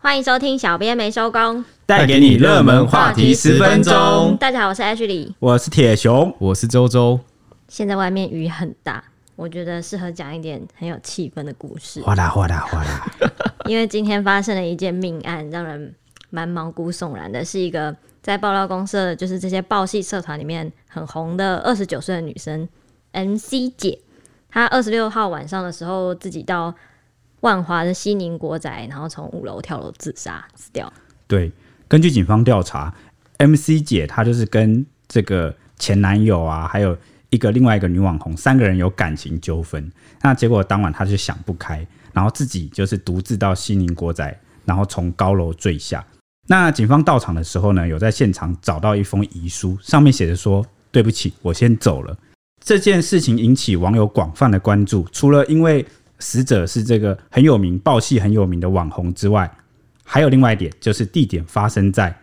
欢迎收听《小编没收工》，带给你热门话题十分钟。大家好，我是 Ashley。我是铁熊，我是周周，现在外面雨很大，我觉得适合讲一点很有气氛的故事，哗啦哗啦哗啦，因为今天发生了一件命案，让人蛮毛骨悚然的，是一个在爆料公社，就是这些爆系社团里面很红的二十九岁的女生 MC 姐，她二十六号晚上的时候自己到万华的西宁国宅，然后从五楼跳楼自杀死掉。对，根据警方调查，MC 姐她就是跟这个前男友啊，还有一个另外一个女网红，三个人有感情纠纷。那结果当晚她就想不开，然后自己就是独自到西宁国宅，然后从高楼坠下。那警方到场的时候呢，有在现场找到一封遗书，上面写着说：“对不起，我先走了。”这件事情引起网友广泛的关注，除了因为死者是这个很有名、爆戏很有名的网红之外，还有另外一点，就是地点发生在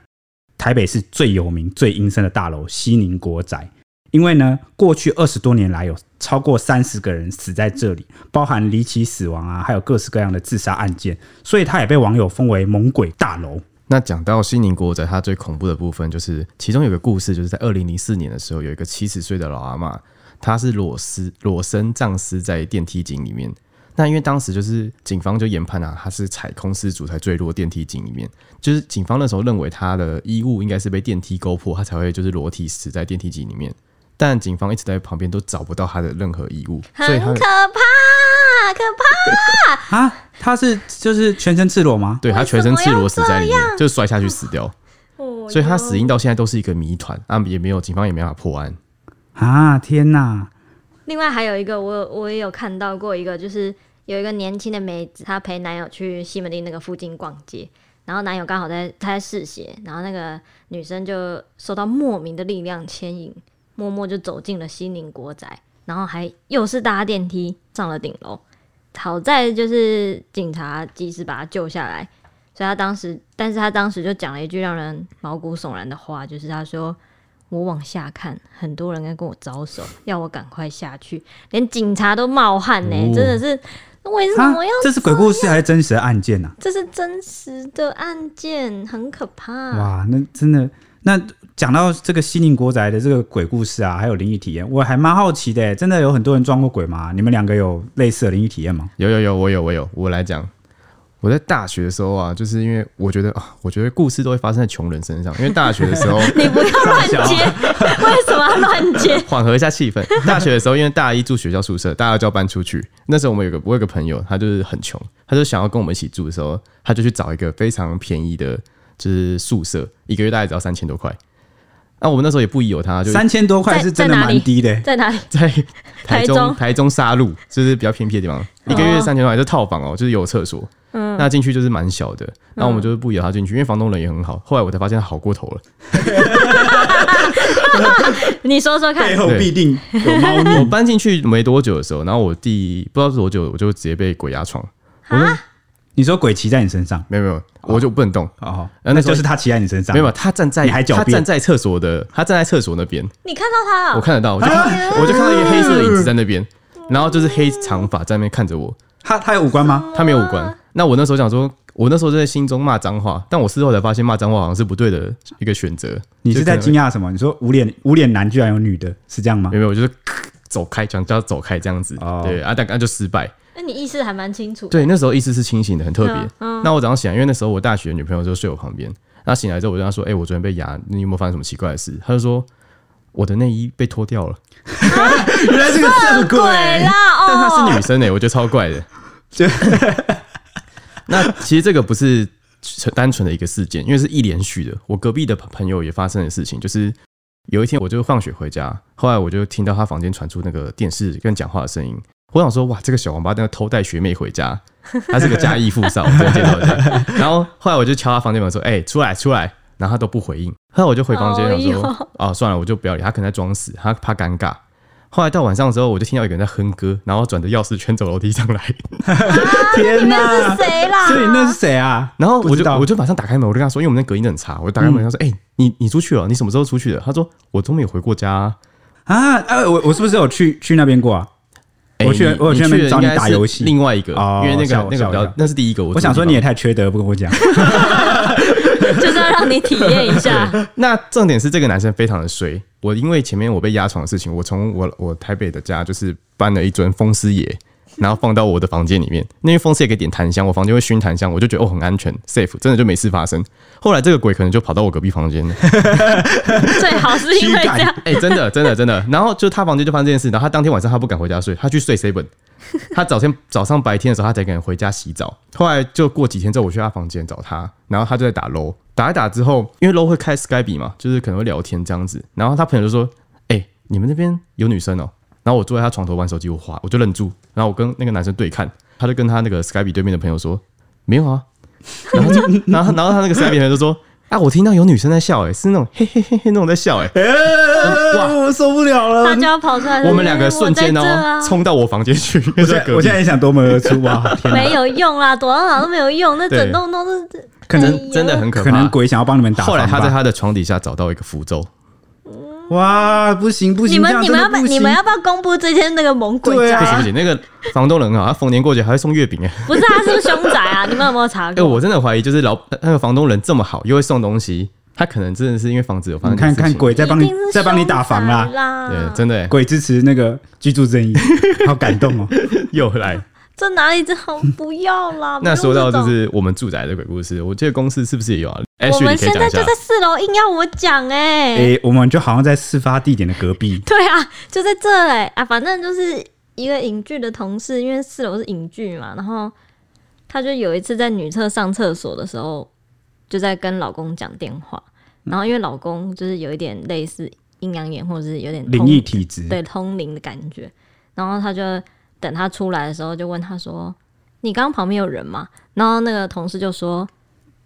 台北市最有名、最阴森的大楼西宁国宅。因为呢，过去二十多年来有超过三十个人死在这里，包含离奇死亡啊，还有各式各样的自杀案件，所以它也被网友封为“猛鬼大楼那讲到西宁国宅，它最恐怖的部分就是，其中有个故事，就是在二零零四年的时候，有一个七十岁的老阿嬷，她是裸尸裸身葬尸在电梯井里面。那因为当时就是警方就研判啊，她是踩空失足才坠落电梯井里面，就是警方那时候认为她的衣物应该是被电梯勾破，她才会就是裸体死在电梯井里面。但警方一直在旁边都找不到她的任何衣物，很所以她可怕，可怕！”啊，它是就是全身赤裸吗？对她为全什身么赤要裸死这在里面，就摔下去死掉。哦所以她死因到现在都是一个谜团，啊，也没有警方也没办法破案。啊，天哪！另外还有一个，我有我也有看到过一个，就是有一个年轻的妹子，她陪男友去西门町那个附近逛街，然后男友刚好在她在试鞋，然后那个女生就受到莫名的力量牵引，默默就走进了西宁国宅，然后还又是搭电梯上了顶楼，好在就是警察及时把她救下来，所以她当时，但是她当时就讲了一句让人毛骨悚然的话，就是她说。我往下看，很多人在跟我招手，要我赶快下去，连警察都冒汗呢、哦真的是为什啊么要？，这是鬼故事还是真实的案件啊？这是真实的案件，很可怕。哇，那真的，那讲到这个西宁国宅的这个鬼故事啊，还有灵异体验，我还蛮好奇的，欸真的有很多人撞过鬼吗？你们两个有类似的灵异体验吗？有有有，我有我有，我来讲。我在大学的时候啊，就是因为我觉得啊，我觉得故事都会发生在穷人身上。因为大学的时候，你不要乱 接，为什么要乱接？缓和一下气氛。大学的时候，因为大一住学校宿舍，大二就要搬出去。那时候我们有个我有个朋友，他就是很穷，他就想要跟我们一起住的时候，他就去找一个非常便宜的，就是宿舍，一个月大概只要三千多块。那、我们那时候也不疑有他，就三千多块在是真的在哪里蛮低的，欸在哪里？ 在台台中中台中沙路，就是比较偏僻的地哦方，一个月三千多块，就套房哦，就是有厕所。嗯那进去就是蛮小的，然后我们就是不邀他进去，因为房东人也很好。后来我才发现他好过头了，你说说看背。后必定有猫我 腻。搬进去没多久的时候，然后我弟不知道是多久，我就直接被鬼压床。你说鬼骑在你身上，没有没有，我就不能动。哦，啊那那时候就是他骑在你身上，没有，他站在你还狡他辩啊站在厕所的，他站在厕所那边，你看到他哦我了？看得到，我就看我就看到一个黑色的影子在那边，然后就是黑长发在那边看着我，他他有五官吗？他没有五哦官。那我那时候想说，我那时候在心中骂脏话，但我事后才发现骂脏话好像是不对的一个选择。你是在就可惊能讶什么？你说无脸无脸男居然有女的，是这样吗没？有没有，我就是咳走开，想叫他走开这样子。哦对啊，但那就失败。那哎你意识还蛮清楚。对，那时候意识是清醒的，很特别。嗯那我早上醒来，因为那时候我大学女朋友就睡我旁边。那醒来之后，我就跟她说：“哎、我昨天被压，你有没有发生什么奇怪的事？”她就说：“我的内衣被脱掉了。原来是个色鬼啦！但她哦，是女生哎、我觉得超怪的。就 那其实这个不是单纯的一个事件，因为是一连续的。我隔壁的朋友也发生的事情，就是有一天我就放学回家，后来我就听到他房间传出那个电视跟讲话的声音。我想说，哇，这个小王八蛋偷带学妹回家， 他是个家义富少，我再介绍一下。 然后后来我就敲他房间门说：“哎、出来，出来！”然后他都不回应。后来我就回房间哎想呦说：“ 哦、算了，我就不要理他，可能在装死，他怕尴尬。”后来到晚上的时候，我就听到有个人在哼歌，然后转着钥匙圈走楼梯上来， 天那是哪！谁啦？所以那是谁啊？然后不我知就道嗯我就马上打开门，我就跟他说，因为我们那隔音很差，我就打开门跟他说：“哎、你你出去了？你什么时候出去的？”他说：“我都没有回过家、啊。啊，哎，我我是不是有去去那边过啊？”哎、哎我去你我有去你那去边的找应你该打是游戏另外一个，哦因为那吓个我那吓我个比一较跳那是第一个我住我的地方。想说你也太缺德，不跟我讲。 就是要让你体验一 下。那重点是这个男生非常的衰。我因为前面我被压床的事情，我从我我台北的家就是搬了一尊风师爷，然后放到我的房间里面。那因为风师爷可以点檀香，我房间会熏檀香，我就觉得哦很安全，safe，真的就没事发生。后来这个鬼可能就跑到我隔壁房间了，最好是因为这样， 哎、真的真的真的。然后就他房间就发生这件事，然后他当天晚上他不敢回家睡，他去睡 seven。他早天早上白天的时候，他才敢回家洗澡。后来就过几天之后，我去他房间找他，然后他就在打 low，打一打之后，因为 low 会开 Skype 嘛，就是可能会聊天这样子。然后他朋友就说：“哎、你们那边有女生哦、然后我坐在他床头玩手机，我滑，我就愣住。然后我跟那个男生对看，他就跟他那个 Skype 对面的朋友说：“没有啊。”然后他就然后他然后他那个 Skype 朋友就说：“啊，我听到有女生在笑、哎，是那种嘿嘿嘿嘿那种在笑、哎。”哇我受不了他就要跑出来说。我们两个嗯瞬间我在这啊哦，冲到我房间去，我就现在在隔我壁现。在也想夺门而出哇！天没哪，有用啦，躲到哪都没有用，那对整栋都是可哎能呦真的很可怕。可能鬼想要帮你们打后防吧。来他在他的床底下找到一个符咒，哇，不行不行，你这们样你真们的要不不行你们要不要公布这间那个猛鬼对宅、啊不行不行，那个房东人很好，他逢年过节还会送月饼哎。不是他是不是凶宅啊？你们有没有查哎，过？我真的怀疑就是老那个房东人这么好，又会送东西，他可能真的是因为房子有发你嗯生这看件事情看。鬼在帮一你定是在帮你打凶防宅啦，啦！对，真的哎鬼支持那个居住正 义，好感动哦。 又来。！这哪里这好不要啦 那说到就不用是我们住宅的鬼故事，我记得公司是不是也有啊？这哎，种，我 Ashley，们你可以现讲在一就下在。四楼，硬要我讲哎、诶，我们就好像在事发地点的隔壁，对啊，就在这哎、啊，反正就是一个影剧的同事，因为四楼是影剧嘛，然后她就有一次在女厕上厕所的时候，就在跟老公讲电话，然后因为老公就是有一点类似阴阳眼，或者是有点灵通异体嗯质。对通灵的感觉。然后他就等他出来的时候，就问他说：“你刚刚旁边有人吗？”然后那个同事就说：“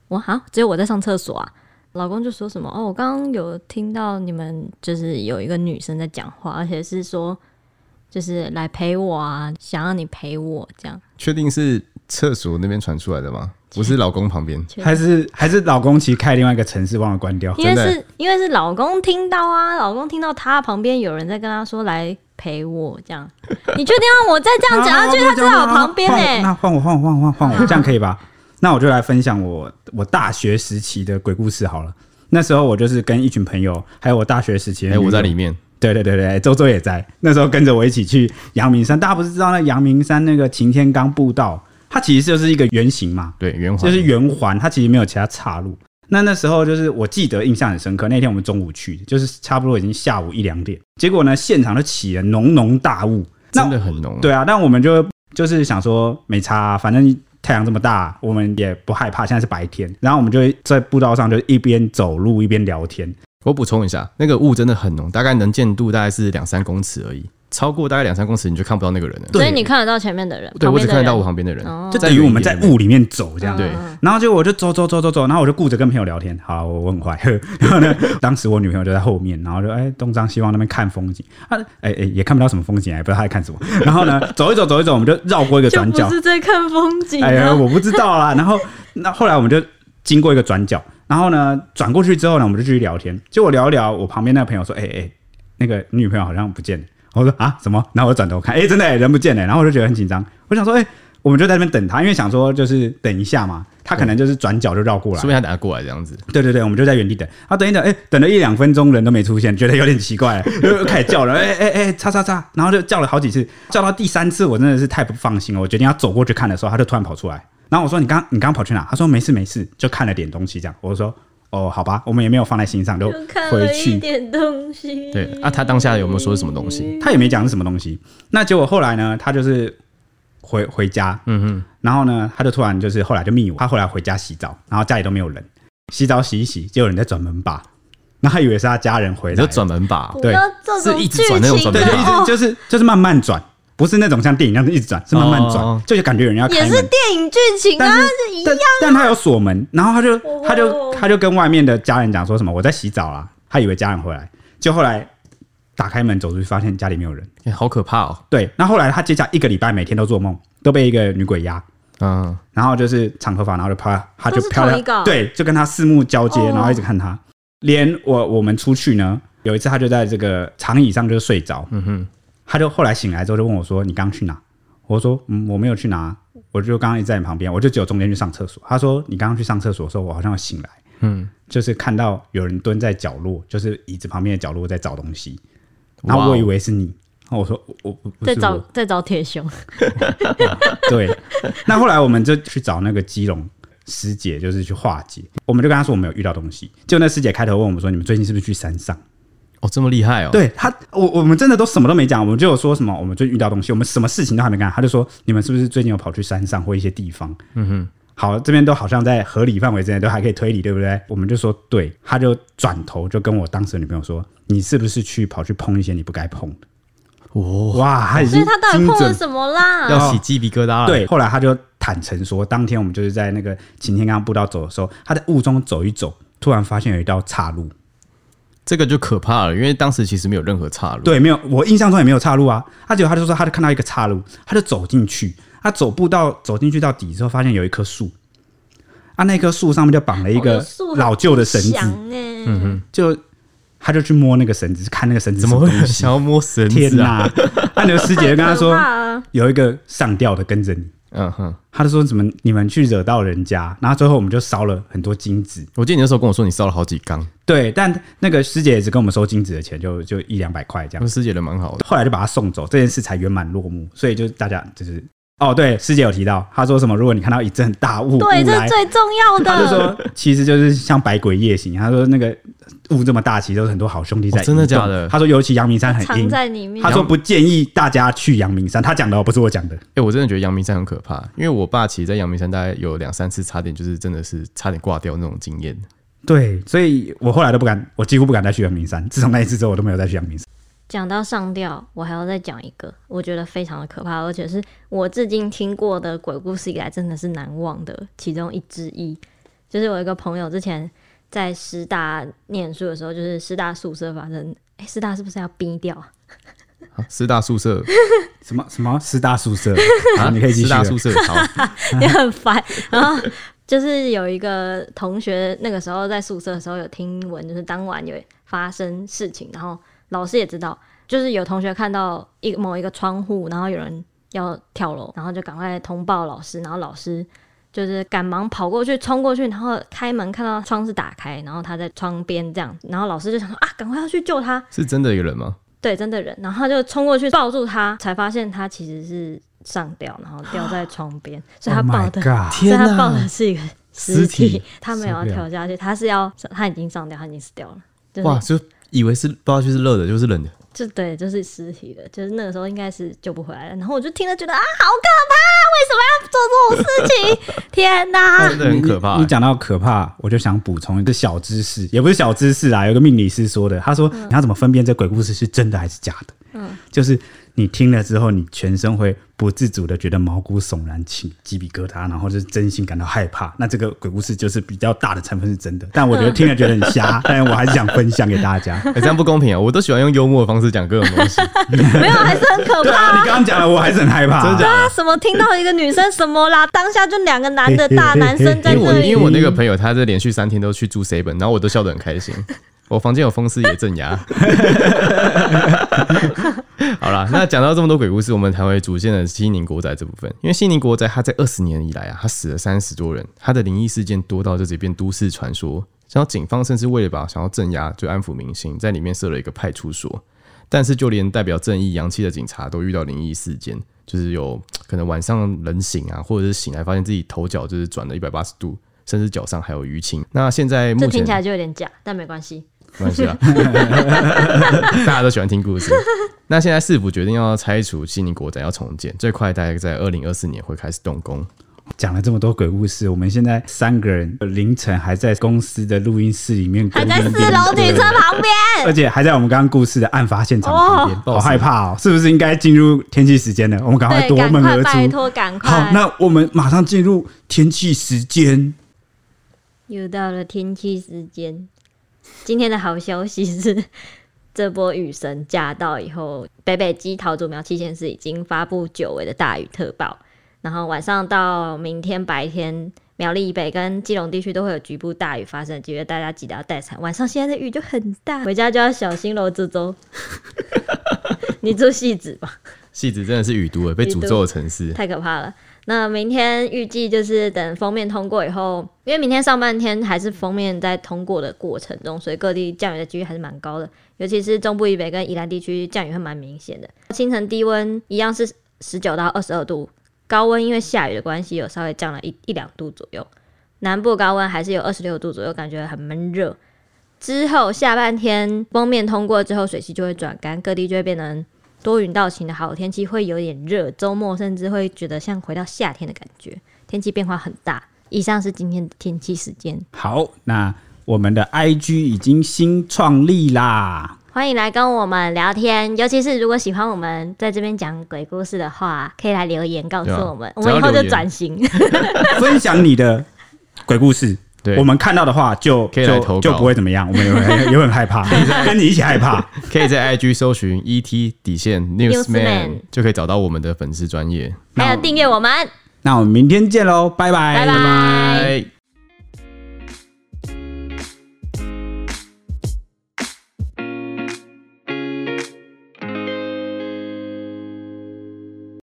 我啊，只有我在上厕所啊。”老公就说什么：“哦，我刚刚有听到你们就是有一个女生在讲话，而且是说就是来陪我啊，想让你陪我这样。确定是厕所那边传出来的吗？不是老公旁边。对还是还是老公其实开另外一个城市忘了关掉”，因为哦真的是因为是老公听到啊，老公听到他旁边有人在跟他说来陪我这 样。你确定要我再这样讲下去？啊他就在我旁边欸呢、换我那换我换我换我换我换我，这样可以吧？那我就来分享我我大学时期的鬼故事好了。那时候我就是跟一群朋友，还有我大学时期的哎，女我在友里面。对对对对，周周也在，那时候跟着我一起去阳明山。大家不是知道那阳明山那个擎天岗步道，它其实就是一个圆形嘛，对，圆环就是圆环，它其实没有其他岔路。那那时候就是我记得印象很深刻，那天我们中午去，就是差不多已经下午一两点，结果呢现场就起了浓浓大雾，那真的很嗯浓。对啊，但我们就就是想说没差啊、反正太阳这么大，我们也不害怕。现在是白天，然后我们就在步道上就一边走路一边聊天。我补充一下，那个雾真的很浓，大概能见度大概是两三公尺而已，超过大概两三公尺你就看不到那个人了。所以你看得到前面的人，对旁我只边的看人得到我旁边的人哦，就等于我们在远一点雾里面走这样。啊对嗯然后就我就走走走走走，然后我就顾着跟朋友聊天，好，我我很坏。 然后呢，当时我女朋友就在后面，然后就哎东张西望那边看风景，啊哎哎也看不到什么风景，也不知道她在看什么。然后呢，走一走走一走，我们就绕过一个就转角不，是在看风景、啊，哎呀，我不知道啦。然 后那后来我们就经过一个转角，然后呢转过去之后呢，我们就继续聊天。结果聊一聊，我旁边那个朋友说：“哎、哎、那个女朋友好像不见了。”我说：“啊什么？”然后我转头看，哎、真的、哎人不见了、然后我就觉得很紧张，我想说：“哎、我们就在那边等他，因为想说就是等一下嘛，他可能就是转角就绕过来说不。定他等下过来这样子。对对对，我们就在原地等。啊，等一等，哎、等了一两分钟，人都没出现，觉得有点奇 怪，又开始叫了，哎哎哎，叉叉叉，然后就叫了好几次，叫到第三次，我真的是太不放心了，我决定要走过去看的时候，他就突然跑出来，然后我说你刚你刚跑去哪？他说没事没事，就看了点东西这样。我就说哦，好吧，我们也没有放在心上，就就看回了一去。点东西。嗯对啊，他当下有没有说什么东西？他也没讲是什么东西。那结果后来呢，他就是回回家，嗯哼，然后呢，他就突然就是后来就密我，他后来回家洗澡，然后家里都没有人，洗澡洗一洗，就有人在转门把，那他以为是他家人回你来就了，转门哦吧，不对要这种是一剧情直转那种转对，就一直哦就是就是慢慢转，不是那种像电影那样一直转，是慢慢转，哦就感觉有人要开啊也门是电影剧情但啊，是是一但但他有锁门，然后他就哦他就他就跟外面的家人讲说什么我在洗澡啦，他以为家人回来，就后来打开门走出去发现家里没有人。哎好可怕哦。对，那后来他接下来一个礼拜每天都做梦，都被一个女鬼压，嗯，然后就是长头发，然后就啪，他就都是飘同一个到，对，就跟他四目交接，哦然后一直看他。连我我们出去呢，有一次他就在这个长椅上就睡着，嗯哼，他就后来醒来之后就问我说：“你刚去哪？”我说：“嗯，我没有去哪，我就刚刚一直在你旁边，我就只有中间去上厕所。”他说：“你刚刚去上厕所的时候，我好像有醒来，嗯，就是看到有人蹲在角落，就是椅子旁边的角落在找东西，然哇后哦我以为是你。”然后我说：“我我不在是找我。在找铁熊， 对，那后来我们就去找那个基隆师姐，就是去化解。我们就跟她说我们有遇到东西，就那师姐开头问我们说：“你们最近是不是去山上？”哦，这么厉害哦！，对他，我我们真的都什么都没讲，我们就有说什么，我们就遇到东西，我们什么事情都还没干，他就说你们是不是最近有跑去山上或一些地方？嗯哼，好，这边都好像在合理范围之内，都还可以推理，对不对？我们就说对，他就转头就跟我当时的女朋友说，你是不是去跑去碰一些你不该碰的？哦，哇，他已所经以他到底精碰了准什么啦？要起鸡皮疙瘩了。啊对，，后来他就坦诚说，当天我们就是在那个擎天岗步道走的时候，他在雾中走一走，突然发现有一道岔路，这个就可怕了，因为当时其实没有任何岔路。，对，没有，我印象中也没有岔路啊。他结果他就说，他就看到一个岔路，他就走进去，他走步到走进去到底之后，发现有一棵树，啊，那棵树上面就绑了一哦有个树很老旧的绳子，想呢，嗯就他就去摸那个绳子，看那个绳子怎么是什么会东西想要摸绳天子啊？哪！ 那你的师姐就跟他说，啊有一个上吊的跟着你。嗯哼，他就说怎么你们去惹到人家，然后最后我们就烧了很多金子，我记得你那时候跟我说你烧了好几缸，对，但那个师姐也只跟我们收金子的钱，就就一两百块这样我。师姐人蛮好的。后来就把他送走，这件事才圆满落幕。所以就是大家就是哦，对，师姐有提到，她说什么？如果你看到一阵大雾，对，雾这呃来是最重要她就的。说其实就是像百鬼夜行。她说那个雾这么大，其实都是很多好兄弟在、哦真的假的她说尤其阳明山很藏阴。在里面她，说不建议大家去阳明山，她讲的哦不是我讲的。哎、我真的觉得阳明山很可怕，因为我爸其实，在阳明山大概有两三次差点就是真的是差点挂掉那种经验。对，所以我后来都不敢，我几乎不敢再去阳明山。自从那一次之后，我都没有再去阳明山。讲到上吊，我还要再讲一个，我觉得非常的可怕，而且是我至今听过的鬼故事以来真的是难忘的其中一之一。就是我一个朋友之前在师大念书的时候，就是师大宿舍发生，哎、师大是不是要逼掉啊？啊师大宿舍什么什么师大宿舍啊，啊？你可以继续师大了。宿舍好， 也很烦。然后就是有一个同学，那个时候在宿舍的时候有听闻，就是当晚有发生事情，然后老师也知道，就是有同学看到一某一个窗户，然后有人要跳楼，然后就赶快通报老师，然后老师。就是赶忙跑过去，冲过去，然后开门看到窗是打开，然后他在窗边这样，然后老师就想说啊，赶快要去救他，是真的有人吗？对，真的人，然后他就冲过去抱住他，才发现他其实是上吊，然后掉在床边，所以他 Oh 抱 my 的 god！所以天他抱哪、的是一个尸尸体他没有要受不了跳下去，他是要他已经上吊，他已经死掉了。就是、哇，就以为是不知道就是热的，就是冷的。就对，就是尸体的，就是那个时候应该是救不回来了。然后我就听了觉得啊，好可怕，为什么要做这种事情？天哪！真的哎很可怕啊你你讲到可怕，我就想补充一个小知识，也不是小知识啊，有个命理师说的，他说嗯你要怎么分辨这鬼故事是真的还是假的？嗯，就是你听了之后，你全身会不自主的觉得毛骨悚然、起鸡皮疙瘩，然后就是真心感到害怕。那这个鬼故事就是比较大的成分是真的，但我觉得听了觉得很 瞎，但我还是想分享给大家。哎、这样不公平啊！我都喜欢用幽默的方式讲各种 东西，没有，还是很可对怕。啊，你刚刚讲了，我还是很害怕。 真的假的啊，什么听到一个女生什么啦，当下就两个男的大男生在因为我那因里。为我那个朋友，他在连续三天都去住 seven，然后我都笑得很开心。我房间有风师爷镇压。 好啦，那讲到这么多鬼故事，我们才会逐渐的西宁国仔这部分。因为西宁国仔他在二十年以来啊，他死了三十多人，他的灵异事件多到就直接变都市传说。然后警方甚至为了把想要镇压，就安抚民心，在里面设了一个派出所。但是就连代表正义阳气的警察都遇到灵异事件，就是有可能晚上冷醒啊，或者是醒来发现自己头脚就是转了一百八十度，甚至脚上还有淤青。那现在目这前听起来就有点假，但没关系。没关 系啦，大家都喜欢听故事。那现在市府决定要拆除悉尼国宅，要重建，最快大概在二零二四年会开始动工。讲了这么多鬼故事，我们现在三个人凌晨还在公司的录音室里面，还在四楼女车旁边， 而且还在我们刚刚故事的案发现场旁边，哦好害怕哦！是不是应该进入天气时间呢？我们赶快对，夺赶门快，而拜出。托，赶快。好，那我们马上进入天气时间。又到了天气时间，今天的好消息是，这波雨神驾到以后，北北基桃竹苗七县市已经发布久违的大雨特报，然后晚上到明天白天。苗栗以北跟基隆地区都会有局部大雨发生的机会，大家记得要带伞。晚上现在的雨就很大，回家就要小心喽，这周。 你住戏子吧，戏子真的是雨都诶，被诅咒的城市。太可怕了。那明天预计就是等封面通过以后，因为明天上半天还是封面在通过的过程中，所以各地降雨的几率还是蛮高的，尤其是中部以北跟宜兰地区降雨会蛮明显的。清晨低温一样是十九到二十二度，高温因为下雨的关系有稍微降了一一两度左右，南部高温还是有二十六度左右，感觉很闷热。之后下半天封面通过之后，水汽就会转干，各地就会变成多云到晴的好天气，会有点热。周末甚至会觉得像回到夏天的感觉，天气变化很大。以上是今天的天气时间，好，那我们的 IG 已经新创立啦， 欢迎来跟我们聊天，尤其是如果喜欢我们在这边讲鬼故事的话，可以来留言告诉对啊我们，我只们要以后留就言转型。分享你的鬼故事。对我们看到的话就可以来投就稿就不会怎么样，我们也 会也会很害怕，跟你一起害怕。可以在 IG 搜寻 ET 底线 Newsman， Newsman 就可以找到我们的粉丝专业。还有订阅我们，那我们明天见喽，拜拜，拜拜。拜。